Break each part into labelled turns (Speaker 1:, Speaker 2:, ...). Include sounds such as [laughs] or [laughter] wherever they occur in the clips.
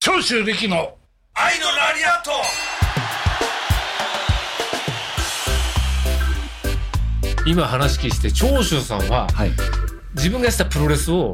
Speaker 1: 長州力の
Speaker 2: 愛のラリアット
Speaker 3: 今話聞いて長州さんは
Speaker 4: はい。
Speaker 3: 自分がしたプロレスを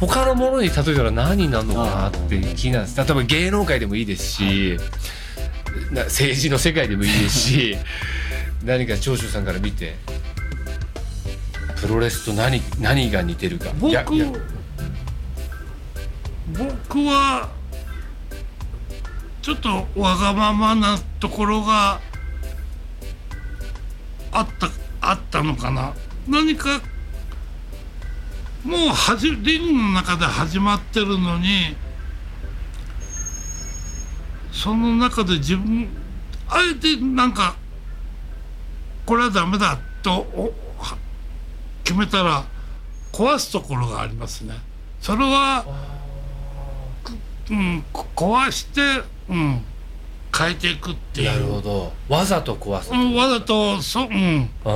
Speaker 3: 他のものに例えたら何になるのかなって気になるんです例えば芸能界でもいいですし、な政治の世界でもいいですし [laughs] 何か長州さんから見てプロレスと何何が似てるか
Speaker 1: 僕
Speaker 3: いやいや
Speaker 1: 僕はちょっとわがままなところがあったあったのかな何かもうはじリングの中で始まってるのにその中で自分あえてなんかこれはダメだとおは決めたら壊すところがありますね。それはうん、こ壊して、うん、変えていくっていう。
Speaker 3: なるほどわざと壊す、
Speaker 1: うん、わざと、そ、うん。
Speaker 3: ああ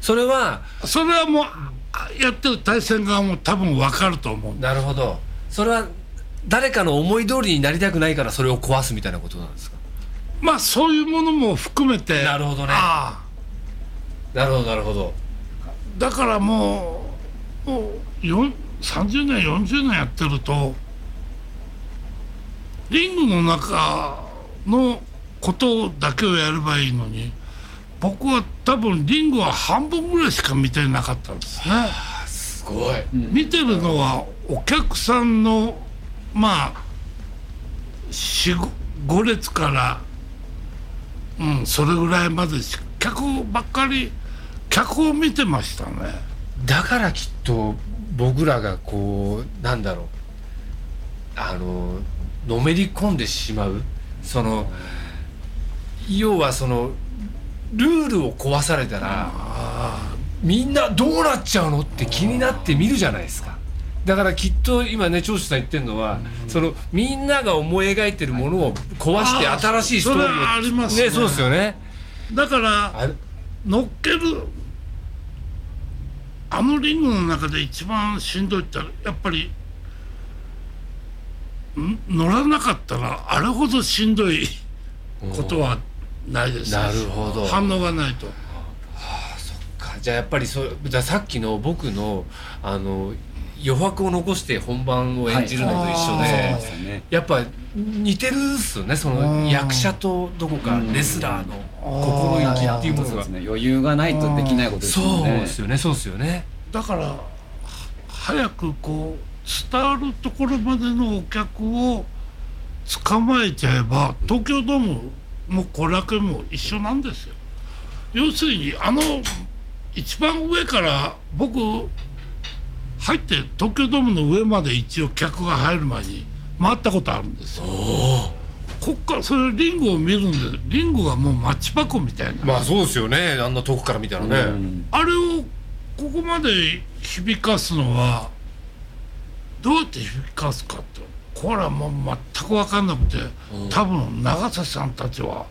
Speaker 3: それは
Speaker 1: それはもう、あやってる対戦側も多分わかると思う。
Speaker 3: なるほどそれは誰かの思い通りになりたくないからそれを壊すみたいなことなんですか
Speaker 1: まあ、そういうものも含めて。
Speaker 3: なるほどね
Speaker 1: あ
Speaker 3: なるほどなるほど
Speaker 1: あだからもう、もう、よん30年、40年やってると、リングの中のことだけをやればいいのに、僕は多分リングは半分ぐらいしか見てなかったんですね。
Speaker 3: すごい
Speaker 1: 見てるのはお客さんのまあ45列から、うん、それぐらいまでし客ばっかり客を見てましたね
Speaker 3: だからきっと僕らがこうなんだろうあののめり込んでしまうその要はそのルールを壊されたらみんなどうなっちゃうのって気になって見るじゃないですかだからきっと今ね長州さん言ってるのはそのみんなが思い描いてるものを壊して
Speaker 1: あー
Speaker 3: 新しいストーリーを
Speaker 1: それはありますね
Speaker 3: ねそうですよね
Speaker 1: だから
Speaker 3: あれ
Speaker 1: 乗っけるあのリングの中で一番しんどいってやっぱりん乗らなかったらあれほどしんどいことはないですね
Speaker 3: なるほど
Speaker 1: 反応がないと。
Speaker 3: かじゃあやっぱりそうじゃあさっきの僕のあの余白を残して本番を演じるのと
Speaker 1: は
Speaker 3: 一緒で、
Speaker 1: いあー
Speaker 4: そうですよね。
Speaker 3: やっぱ似てるっすよねそ
Speaker 1: うん
Speaker 3: の役者とどこか
Speaker 4: うん
Speaker 3: レスラーの心意気っていうもの
Speaker 4: そうで
Speaker 3: が
Speaker 4: すね。余裕がないとできないことです
Speaker 3: そう
Speaker 4: よね。
Speaker 3: ですよねそうですよね
Speaker 1: だからは早くこう伝わるところまでのお客を捕まえちゃえば東京ドームも後楽園も一緒なんですよ。要するにあの一番上から僕入って東京ドームの上まで一応客が入る前に回ったことあるんですよ。こっからそれリングを見るんでリングがもうマッチ箱みたいな。
Speaker 3: まあそうですよねあんな遠くから見たらね、
Speaker 4: うん
Speaker 1: あれをここまで響かすのはどうやって響かすかってこれはもう全く分かんなくて多分永瀬さんたちは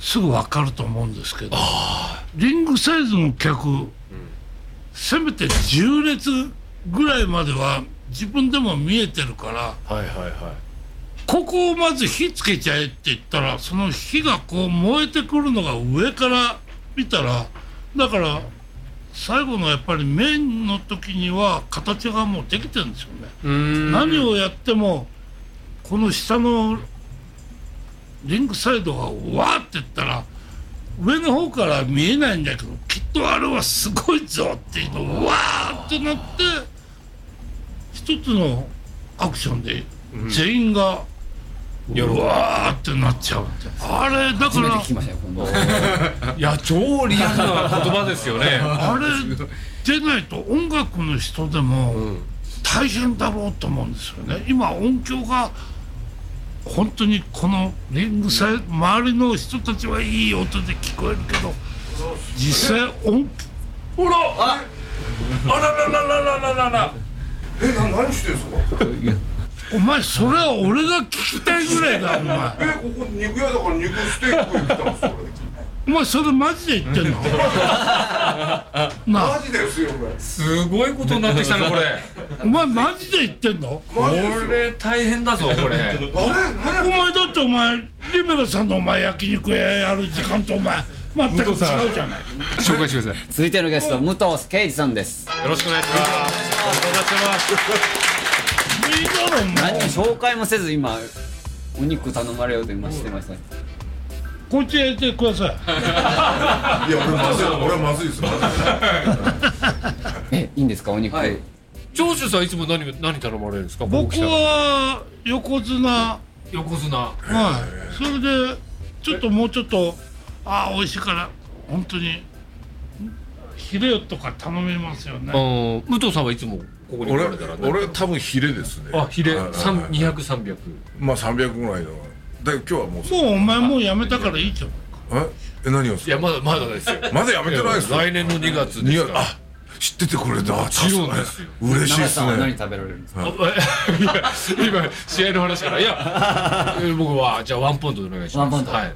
Speaker 1: すぐ分かると思うんですけどリングサイズの客、せめて10列ぐらいまでは自分でも見えてるから
Speaker 3: はいはいは
Speaker 1: ここをまず火つけちゃえって言ったらその火がこう燃えてくるのが上から見たらだから最後のやっぱり面の時には形がもうできてるんですよね。
Speaker 3: いうん
Speaker 1: 何をやってもこの下のリンクサイドがわーっていったら上の方から見えないんだけどきっとあれはすごいぞっていうのがわーってなって一つのアクションで全員が
Speaker 3: 喜ぶ
Speaker 1: わーってなっちゃうってあれだか
Speaker 4: 初めて
Speaker 1: ら
Speaker 4: 聞きましたよ。今度。
Speaker 3: いや超リアルな言葉ですよね
Speaker 1: あれ出ないと音楽の人でも大変だろうと思うんですよね今音響が本当にこのリングサイ周りの人たちはいい音で聞こえるけど実際音
Speaker 3: ほらあららららららら
Speaker 2: えな何してんすか
Speaker 1: お前それは俺が聞きたいぐらいだお前
Speaker 2: えここ肉屋だから肉ステーキ食いに来たんですよ
Speaker 1: お前それマジで言ってんのな
Speaker 2: [laughs] マ
Speaker 1: あ
Speaker 2: ジですよこれ
Speaker 3: すごいことになってきたのこれ
Speaker 1: お前マジで言ってんの
Speaker 2: マジです
Speaker 3: これ大変だぞこれ
Speaker 2: よあれ
Speaker 1: お前だってお前リベロさんのお前焼肉屋やる時間とお前全く違うじゃない
Speaker 5: 紹介してください
Speaker 4: 続いてのゲスト武藤圭司さんです
Speaker 3: よろしくお願いしますお願いします
Speaker 1: いいだろお
Speaker 4: 何
Speaker 1: 前
Speaker 4: も紹介もせず今お肉頼まれようと今してましたね
Speaker 1: こっちへ行ってください
Speaker 2: いや俺まずい俺はまずいですよまずい
Speaker 4: えいいんですかお肉、
Speaker 3: はい長州さんいつも何何頼まれるんですか
Speaker 1: 僕
Speaker 3: ここ来
Speaker 1: は横綱
Speaker 3: たら横綱
Speaker 1: はい、それでちょっともうちょっとああ美味しいから本当にヒレとか頼みますよね
Speaker 3: うん武藤さんはいつもここに来られたら
Speaker 2: [laughs] 俺俺多分ヒレですね
Speaker 3: あヒレ
Speaker 2: はいはいはい
Speaker 3: 200300
Speaker 2: まあ300ぐらいのだけど今日はもう
Speaker 1: もうお前もうやめたからいいじゃん
Speaker 2: ええ何をす
Speaker 3: いやまだまだですよ
Speaker 2: まだやめてないですよ
Speaker 3: 来年の2月で
Speaker 2: に
Speaker 3: す
Speaker 2: や
Speaker 3: から
Speaker 2: あ知っててくれた
Speaker 3: ちろんですよ
Speaker 2: 嬉しい
Speaker 4: 長瀬
Speaker 2: です
Speaker 4: さんは何
Speaker 2: ね
Speaker 4: 食べられるんですか
Speaker 3: いや [laughs] 今試合の話からいやえー僕はじゃあワンポンドでお願いします
Speaker 4: ワンポンド
Speaker 3: はい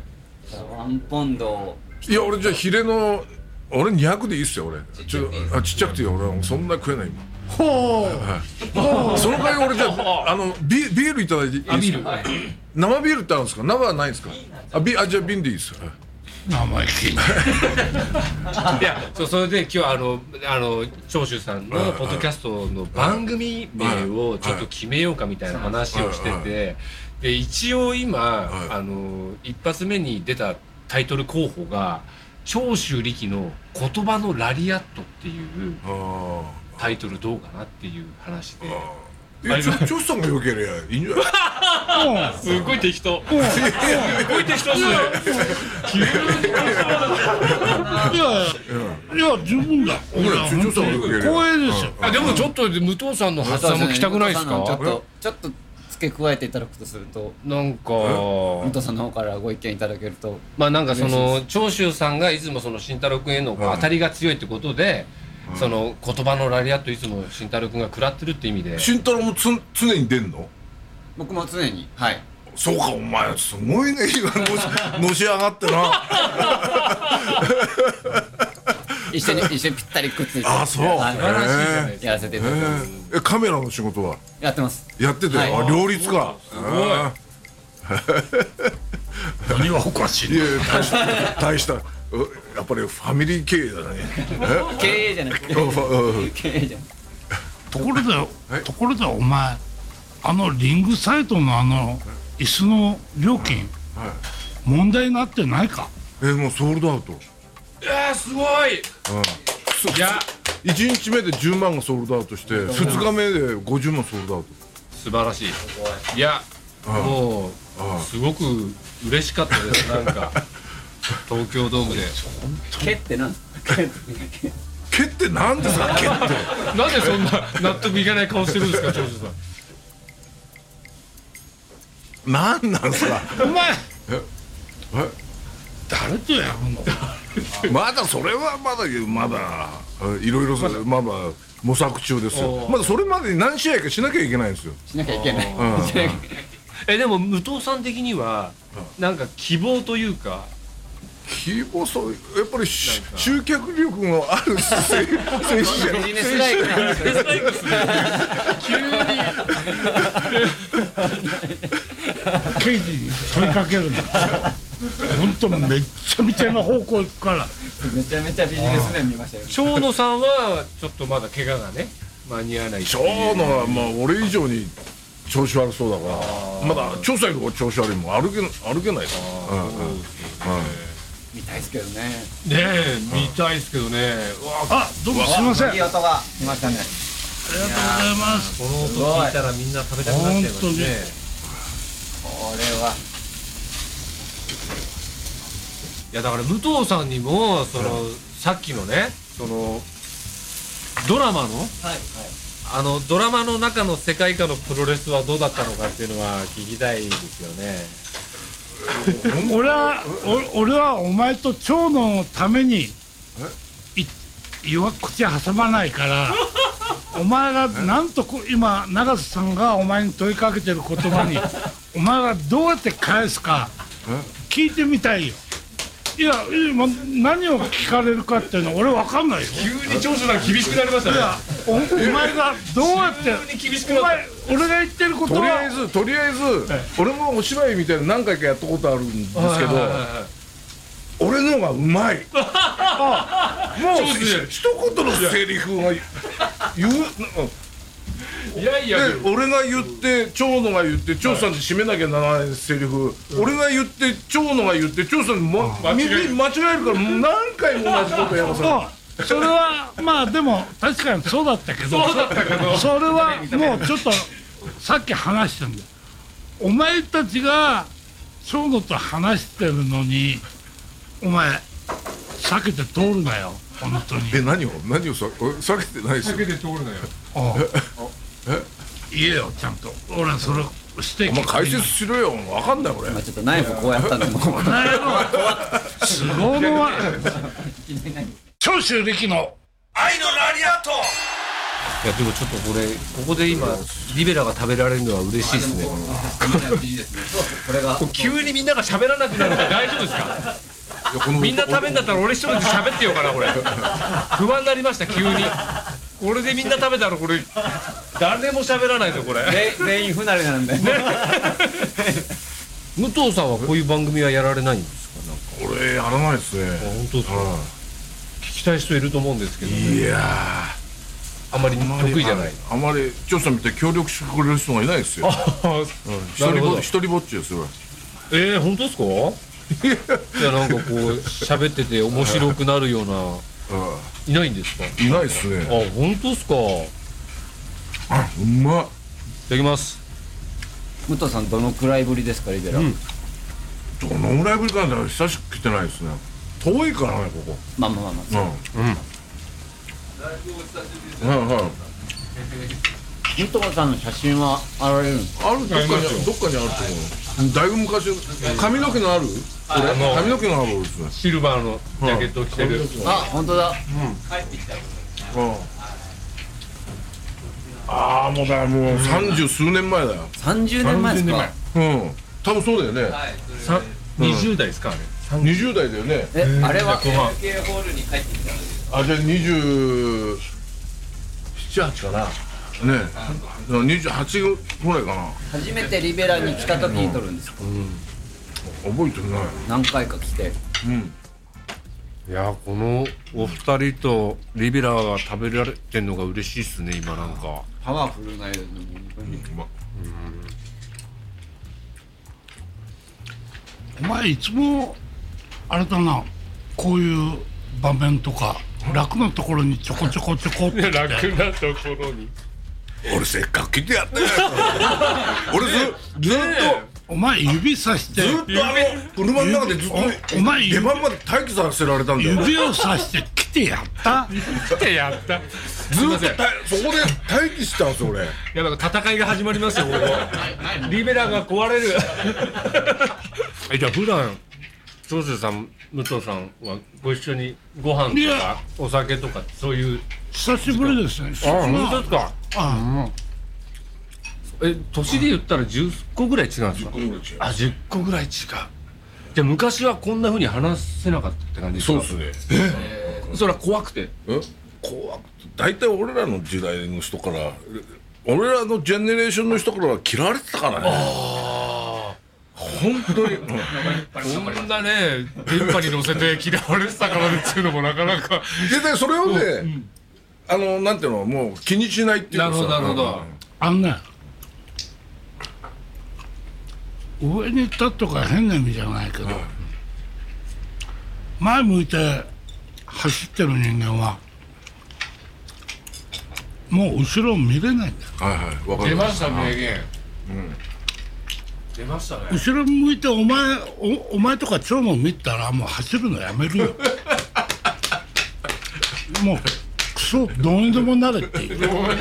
Speaker 4: ワンポンド
Speaker 2: いや俺じゃあヒレの俺200でいいっすよ俺ちょあちっちゃくていいよ俺はもうそんな食えない今
Speaker 1: ほう
Speaker 2: その代わり俺じゃああのビビールいただいていい
Speaker 3: あビ
Speaker 2: です
Speaker 3: ー
Speaker 2: か
Speaker 3: ル
Speaker 2: 生ビールってあるんですか生はないんですかあビあじゃあ瓶でいいですはい
Speaker 1: 生意気
Speaker 3: いやそうそれで今日はあのあの長州さんのポッドキャストの番組名をちょっと決めようかみたいな話をしててで一応今
Speaker 2: はい
Speaker 3: あの一発目に出たタイトル候補が長州力の「言葉のラリアット」っていう
Speaker 2: あ
Speaker 3: タイトルどうかなっていう話で
Speaker 2: あいやちょ長州さんがよけりゃいいんじゃない
Speaker 3: すごい適当すごい適当ですね
Speaker 1: いやいやいや十分だ
Speaker 2: 俺ら中長さんがよけりゃ
Speaker 1: 光栄ですよ
Speaker 3: あでもちょっと武藤さんの発
Speaker 4: さ
Speaker 3: 案
Speaker 4: ん
Speaker 3: も来たくないです
Speaker 4: ちょっ
Speaker 3: か
Speaker 4: とちょっと付け加えていただくとすると
Speaker 3: なんか
Speaker 4: 武藤さんの方からご意見いただけると
Speaker 3: まあなんかそ
Speaker 4: 嬉しい
Speaker 3: の長州さんがいつもその慎太郎君へのこう
Speaker 2: はい
Speaker 3: 当たりが強いってことで、その言葉のラリアットいつも慎太郎君が食らってるって意味で
Speaker 2: 慎太郎もつ常に出んの
Speaker 4: 僕も常にはい
Speaker 2: そうかお前すごいね今のしのし上がってな
Speaker 4: 一
Speaker 3: [laughs]
Speaker 4: 緒に一緒にぴったりくっついて
Speaker 2: あそう
Speaker 4: はい
Speaker 2: 素
Speaker 3: 晴らしいじゃないですか
Speaker 4: やらせていただいてます
Speaker 2: えーえカメラの仕事は
Speaker 4: やってます
Speaker 2: やってて、
Speaker 4: はい
Speaker 2: あ両立かすごい
Speaker 1: 何はおかしい
Speaker 2: いやいや大した大したうやっぱりファミリー経営だね [laughs]
Speaker 4: 経営じゃなくて
Speaker 2: えうんうん
Speaker 4: 経営じゃなく
Speaker 1: と
Speaker 4: て
Speaker 1: ころでところでお前あのリングサイトのあの椅子の料金
Speaker 2: はい
Speaker 1: 問題になってないか
Speaker 2: えもうソールドアウト
Speaker 3: えー、すごいいや
Speaker 2: 1日目で10万がソールドアウトして2日目で50万ソールドアウト
Speaker 3: 素晴らしいいやもうすごく嬉しかったですなん [laughs] か東京ドームで
Speaker 4: 「け」ってなん
Speaker 2: 毛って何ですか毛って
Speaker 3: なんでそんな納得いかない顔してるんですか長州さん
Speaker 2: 何なんですか
Speaker 1: お前
Speaker 2: え
Speaker 1: 誰とやるの
Speaker 2: まだそれはまだまだいろいろそまだ模索中ですよまだそれまでに何試合かしなきゃいけないんですよ
Speaker 4: しなきゃいけない
Speaker 2: うん
Speaker 4: しなきゃいけない
Speaker 3: えでも武藤さん的にはなんか希望というか
Speaker 2: 希望そうやっぱりし集客力のあ [laughs] る選手じゃ
Speaker 4: ビジネスライクなんですよ
Speaker 1: 刑事に問いかけるんだ本当めっちゃみちゃな方向行くから
Speaker 4: めちゃめちゃビジネス面見ましたよ
Speaker 3: 長野さんはちょっとまだ怪我がね間に合わないってい
Speaker 2: 長
Speaker 3: う
Speaker 2: 野はまあ俺以上に調子悪そうだからまだ調査よりも調子悪いもん歩け歩けないですうんうん
Speaker 4: 見たいですけどね
Speaker 3: ねえ見たいですけどねうわ
Speaker 1: あどうもすいませんあ
Speaker 4: い
Speaker 1: り
Speaker 4: い
Speaker 1: がとう
Speaker 4: 音が来ましたね
Speaker 1: ございます
Speaker 3: この音聞いたらみんな食べたくなっちゃいますね
Speaker 4: これはい
Speaker 3: やだから武藤さんにもその、さっきのねそのドラマの
Speaker 4: はい
Speaker 3: あのドラマの中の世界観のプロレスはどうだったのかっていうのは聞きたいですよね
Speaker 1: 俺はお俺はお前と長野のためにい弱口挟まないからお前がなんとこ今永瀬さんがお前に問いかけてる言葉にお前がどうやって返すか聞いてみたいよいや今何を聞かれるかっていうのは俺わかんないよ
Speaker 3: 急に長州さん厳しくなりましたね
Speaker 1: いやおお前がどうやって
Speaker 3: 急に厳し
Speaker 1: お
Speaker 3: くなっ
Speaker 1: 前俺が言ってること
Speaker 2: とりあ
Speaker 1: は
Speaker 2: えずとりあえず俺もお芝居みたいなの何回かやったことあるんですけど俺のがうまいもうひ一言のセリフが言う
Speaker 3: たいやいや
Speaker 2: で俺が言って長野が言って長さんで締めなきゃならないセリフ、俺が言って長野が言って長さん、ま、間違える間違えるからもう何回も同じことやら
Speaker 1: そう
Speaker 2: される
Speaker 1: それはまあでも確かにそうだったけど
Speaker 3: そうだったけど
Speaker 1: それはもうちょっとさっき話したんだよお前たちが長野と話してるのにお前避けて通るなよ本当に
Speaker 2: え何を何をさ俺避けてないですよ
Speaker 3: で通るなよ
Speaker 1: おう言えよちゃんと俺はそれを指
Speaker 2: お
Speaker 1: 摘
Speaker 2: 前解説しろよ分かんない俺
Speaker 4: 今ちょっとナイフこうやったんでもうこれ
Speaker 1: [laughs] なるほど都合の悪い長州力の
Speaker 3: いやでもちょっとこれここで今リベラが食べられるのは嬉しいですね
Speaker 4: いいですねこれが
Speaker 3: [laughs] 急にみんなが喋らなくなるの大丈夫ですかみんな食べんだったら俺一人で喋ってようかなこれ不安になりました急にこれでみんな食べたらこれ誰も喋らないぞこれ
Speaker 4: 全全員不慣れなんで
Speaker 3: 武藤さんはこういう番組はやられないんですかなんか
Speaker 2: 俺やらないですね
Speaker 3: 本当ですか聞きたい人いると思うんですけど、
Speaker 2: いや
Speaker 3: あんまり
Speaker 2: ーあんまり
Speaker 3: 得意じゃない
Speaker 2: あんまり長さんみたいに協力してくれる人がいないですよ一
Speaker 3: なるほ
Speaker 2: 人ぼ
Speaker 3: ど
Speaker 2: 一人ぼっちですよ俺
Speaker 3: えー、本当ですか [laughs] いやなんかこう喋ってて面白くなるようないないんですか
Speaker 2: うんいないです
Speaker 3: あ
Speaker 2: ね
Speaker 3: 本当ですかい
Speaker 2: あうまい
Speaker 3: ただきます
Speaker 4: 武藤さんどのくらいぶりですかリベラ、
Speaker 3: うん
Speaker 2: どのぐらいぶりかな久しく来てないですね遠いからねここ
Speaker 4: まあまあまあまあ
Speaker 2: うんうんはいはい
Speaker 4: 武藤さんの写真はあられるんですか
Speaker 2: あるどっかにあるどっかにあると思うだいぶ昔髪の毛のある俺髪の毛のあるですね
Speaker 3: シルバーのジャケットを着てる、
Speaker 4: あ本当だ
Speaker 2: うんああもうだからもう三十数年前だよ
Speaker 4: 30年前ですか
Speaker 2: うん多分そうだよね
Speaker 3: さ20代ですかあれ
Speaker 2: 二十代だよね
Speaker 4: えあれは
Speaker 3: 後半
Speaker 2: あじゃあ二十七八かなね二十八ぐらいかな
Speaker 4: 初めてリベラに来た時に撮るんですか
Speaker 2: 覚えてない
Speaker 4: 何回か来て
Speaker 2: うん
Speaker 3: いやーこのお二人とリベラが食べられてんのが嬉しいっすね今なんか
Speaker 4: パワフルなよう
Speaker 1: お前いつもあれだなこういう場面とか楽なところにちょこちょこちょこって
Speaker 3: 楽なところに
Speaker 2: 俺せっかく来てや [laughs] ったよ俺ずずっ
Speaker 1: お前指さして
Speaker 2: とずっとあの車の中でずっ
Speaker 1: おお
Speaker 2: と
Speaker 1: 前
Speaker 2: 出番まで待機させられたんだよ
Speaker 1: 指をさして来てやった
Speaker 3: ってやった
Speaker 2: ずっと
Speaker 3: すいま
Speaker 2: たそこで待機してたんですよ俺
Speaker 3: やなんか戦いが始まりますよここリベラが壊 [laughs] れるえじゃあ普段長州さん武藤さんはご一緒にご飯
Speaker 1: い
Speaker 3: と
Speaker 1: や
Speaker 3: かお酒とかそういう
Speaker 1: 久しぶりですね
Speaker 3: 本当ですか
Speaker 1: あ
Speaker 3: え年で言ったら10個ぐらい違うんですかあ10個ぐらい違うじゃあ昔はこんなふうに話せなかったって感じですか
Speaker 2: ね
Speaker 3: それは怖くて
Speaker 2: え怖くて大体俺らの時代の人から俺らのジェネレーションの人からは嫌われてたからね本当に、うん
Speaker 3: そんなね電波に乗せて嫌われてたからねっていうのもなかなか
Speaker 2: ででそれをね、あのなんていうのもう気にしないっていうかさ
Speaker 3: なるほどなるほど
Speaker 1: あのね上に立ったとか変な意味じゃないけど前向いて走ってる人間はもう後ろを見れないんだよ
Speaker 2: うんはいはいわか
Speaker 3: 出
Speaker 2: る
Speaker 3: ました名言出ましたね
Speaker 1: 後ろ向いてお前おお前とか長野見たらもう走るのやめるよ [laughs] もうクソどうにでもなれって
Speaker 3: [laughs]
Speaker 1: いう
Speaker 3: どうにもない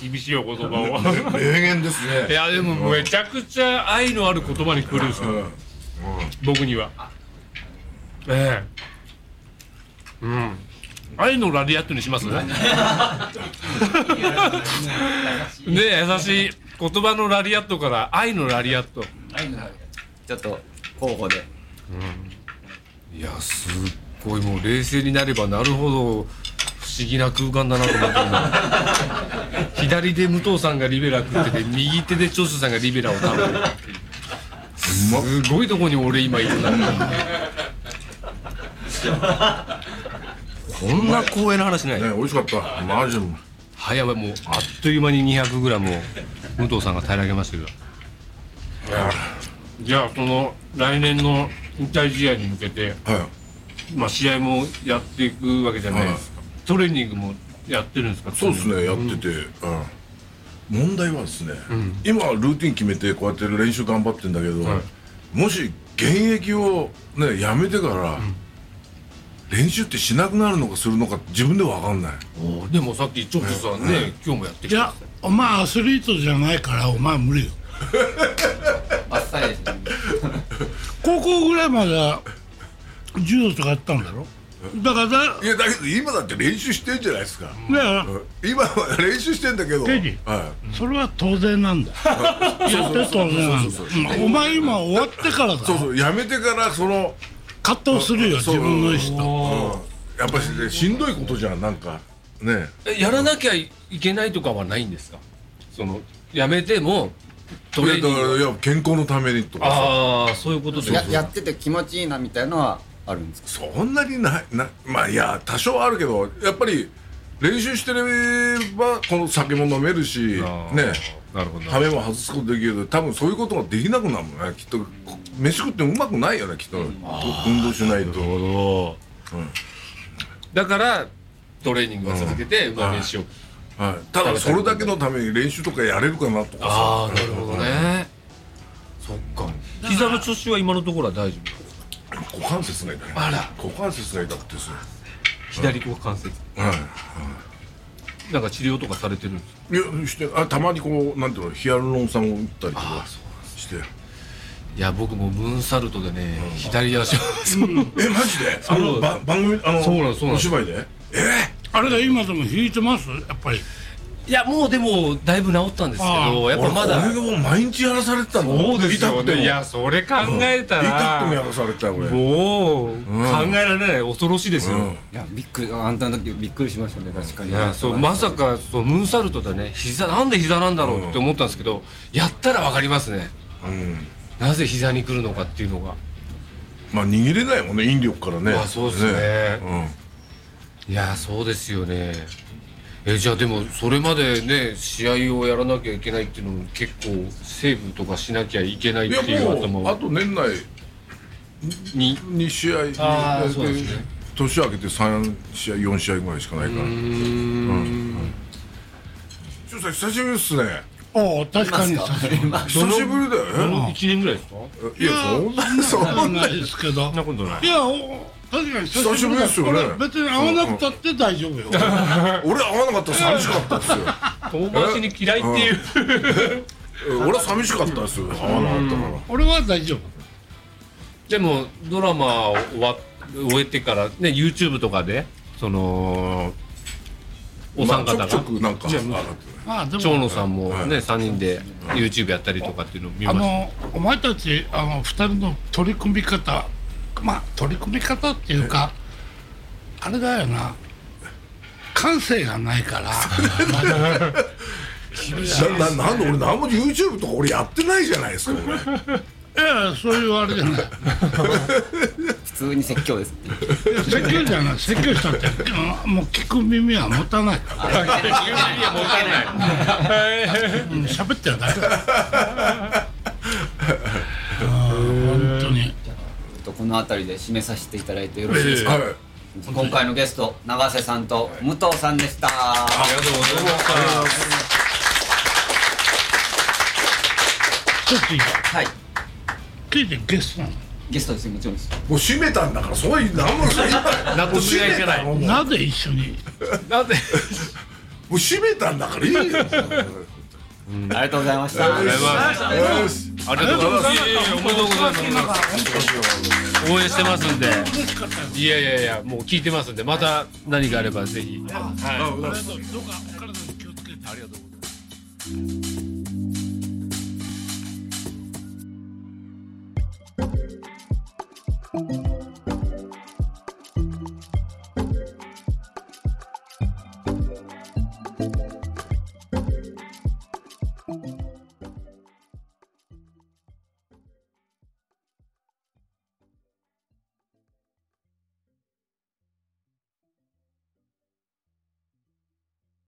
Speaker 3: 厳しいお言葉を
Speaker 2: 名言ですね
Speaker 3: いやでもめちゃくちゃ愛のある言葉に来るんですよ、僕にはええうん愛のラリアットにし [laughs] ますねねえ優しい言葉のラリアットから愛のラリアット
Speaker 4: ちょっと候補で
Speaker 3: いやすっごいもう冷静になればなるほど不思議な空間だなと思って今左で武藤さんがリベラ食ってて右手で長州さんがリベラを食べてるっていうすごいとこに俺今いるなこんな光栄な話ない
Speaker 2: ね美味しかったマジでうまい
Speaker 3: 早いもうあっという間に 200g を武藤さんが平らげましたけどじゃあその来年の引退試合に向けて
Speaker 2: は
Speaker 3: まあ、試合もやっていくわけじゃないですか、トレーニングもやってるんですか
Speaker 2: いそうですねやってて、うん問題はですね、今ルーティン決めてこうやって練習頑張ってんだけど、もし現役をねやめてから、練習ってしなくなるのかするのか自分では分かんない
Speaker 3: おでもさっき長州さんね、今日もやってき
Speaker 1: い
Speaker 3: た
Speaker 1: やお前アスリートじゃないからお前無理よ
Speaker 4: あっさりですね
Speaker 1: 高校ぐらいまでは柔道とかやったんだろだからだ
Speaker 2: いやだけど今だって練習してんじゃないですか、
Speaker 1: だから
Speaker 2: 今は練習してんだけど
Speaker 1: ケニー
Speaker 2: は
Speaker 1: それは当然
Speaker 2: [laughs]
Speaker 1: なんだやって当然なんだ
Speaker 2: そうそう
Speaker 1: うんお前今終わってからだ
Speaker 2: い、そうそうやめてからその
Speaker 1: 葛藤するよ自
Speaker 2: そう
Speaker 1: 分の意思と
Speaker 2: やっぱし、ね、しんどいことじゃんなんかね
Speaker 3: えやらなきゃいけないとかはないんですかそのやめてもト
Speaker 2: い
Speaker 3: レ
Speaker 2: や
Speaker 3: ー
Speaker 2: だ
Speaker 3: ニン
Speaker 2: か
Speaker 3: グ
Speaker 2: らいや健康のためにとか
Speaker 3: ああそういうことです
Speaker 4: ややってて気持ちいいなみたいのはあるんですか
Speaker 2: さそんなにないなまあいや多少はあるけどやっぱり練習してればこの酒も飲めるしね
Speaker 3: なるほど
Speaker 2: 羽目も外すことできるけど多分そういうことができなくなるもんねきっと飯食ってもうまくないよねきっと運動しないと
Speaker 3: なるほど、
Speaker 2: うん
Speaker 3: だからトレーニングを続けて
Speaker 2: は
Speaker 3: 馬
Speaker 2: い
Speaker 3: 飯しよう
Speaker 2: はい、ただそれだけのために練習とかやれるかなとか
Speaker 3: ああなるほどねそっか膝の調子は今のところは大丈夫なんですか
Speaker 2: 股関節が痛い
Speaker 3: あら
Speaker 2: 股関節が痛くてですね
Speaker 3: 左股関節
Speaker 2: は
Speaker 3: なんか治療とかされてるんですか
Speaker 2: いいやしてあたまにこうなんていうのヒアルロン酸を打ったりとかして
Speaker 3: いや僕もムーンサルトでね、左足を
Speaker 2: えマジであのば番組あの
Speaker 3: そうなんですそうなん
Speaker 2: お
Speaker 3: です
Speaker 2: 芝居で
Speaker 1: あれが今でも引いてますやっぱり
Speaker 3: いやもうでもだいぶ治ったんですけ
Speaker 1: あ
Speaker 3: どやっぱまだ
Speaker 2: 俺これがもう毎日やらされてたの痛くても
Speaker 3: いやそれ考えた
Speaker 2: 痛くても
Speaker 3: ら
Speaker 2: やらされてたよ俺
Speaker 3: もう、考えられない恐ろしいですよ、
Speaker 2: うん
Speaker 4: いやびっくりあんたの時びっくりしましたね確かに
Speaker 3: いやそうまさかそうムーンサルトでね膝なんで膝なんだろうって思ったんですけど、やったらわかりますね
Speaker 2: うん
Speaker 3: なぜ膝に来るのかっていうのが
Speaker 2: まあ握れないもんね引力からね
Speaker 3: まあそうですね
Speaker 2: うん
Speaker 3: いやそうですよねえじゃあでもそれまでね試合をやらなきゃいけないっていうのも結構セーブとかしなきゃいけないって
Speaker 2: い
Speaker 3: い
Speaker 2: や
Speaker 3: う
Speaker 2: も
Speaker 3: 頭
Speaker 2: うあ
Speaker 3: は
Speaker 2: と年内
Speaker 3: に
Speaker 2: 2試合
Speaker 3: あー
Speaker 2: で
Speaker 3: そうなんですね
Speaker 2: 年明けて3試合4試合ぐらいしかないから
Speaker 3: うーん
Speaker 2: ちょっと久しぶりっすね
Speaker 1: ああ確かにさ
Speaker 2: 久しぶりだよ
Speaker 3: この1年ぐらいですか
Speaker 2: えいやそんなそん
Speaker 3: [laughs]
Speaker 1: そん
Speaker 2: な
Speaker 1: ないですけど
Speaker 3: そんなことない
Speaker 1: いやお確かに久しぶりだ
Speaker 2: 久しぶりですよね
Speaker 1: これ別に会わなくたって大丈夫よ
Speaker 2: 俺会わなかったら寂しかったですよ
Speaker 3: 遠回しに嫌いっていう
Speaker 2: え俺は寂しかったですよ会わなかったから
Speaker 1: 俺は大丈夫
Speaker 3: でもドラマを終わ終えてからね YouTube とかでそのお三方
Speaker 2: ま
Speaker 3: が
Speaker 2: あちょくちょくなんか上がって
Speaker 1: まあで
Speaker 3: 長
Speaker 1: も
Speaker 3: 野さんもね3人で YouTube やったりとかっていうのを見ま
Speaker 1: あ
Speaker 3: した
Speaker 1: のお前たちあの2人の取り組み方まあ取り組み方っていうかあれだよな感性がないから
Speaker 2: ないなななんで俺何も YouTube とか俺やってないじゃないですか俺
Speaker 1: いやいやそういうあれじゃない
Speaker 4: 普通に説教です
Speaker 1: いや説教じゃない説教したってうんもう聞く耳は持たないうん喋ってるだけだ本当に
Speaker 4: ちょっとこの辺りで締めさせていただいてよろしいですか、
Speaker 2: はい
Speaker 4: 今回のゲスト永瀬さんと武藤さんでした、
Speaker 3: ありがとうございました
Speaker 1: ちょっといい
Speaker 4: はい
Speaker 1: 聞いてゲストなの
Speaker 4: ゲストですよもちろんです
Speaker 2: もう閉めたんだからそういう何も [laughs] そういう
Speaker 3: 納得がいかない
Speaker 2: もう閉めたのもう
Speaker 1: なぜ一緒に
Speaker 3: なぜ
Speaker 2: もう閉めたんだからいいよありがとう
Speaker 4: ありがとうございました、
Speaker 2: ございます
Speaker 3: ありがとうございますいえいえおめでとうございます応援してますんでいやいやいやもう聞いてますんでまた何があればぜひはい
Speaker 1: どうかお体に気をつけてありがとうございます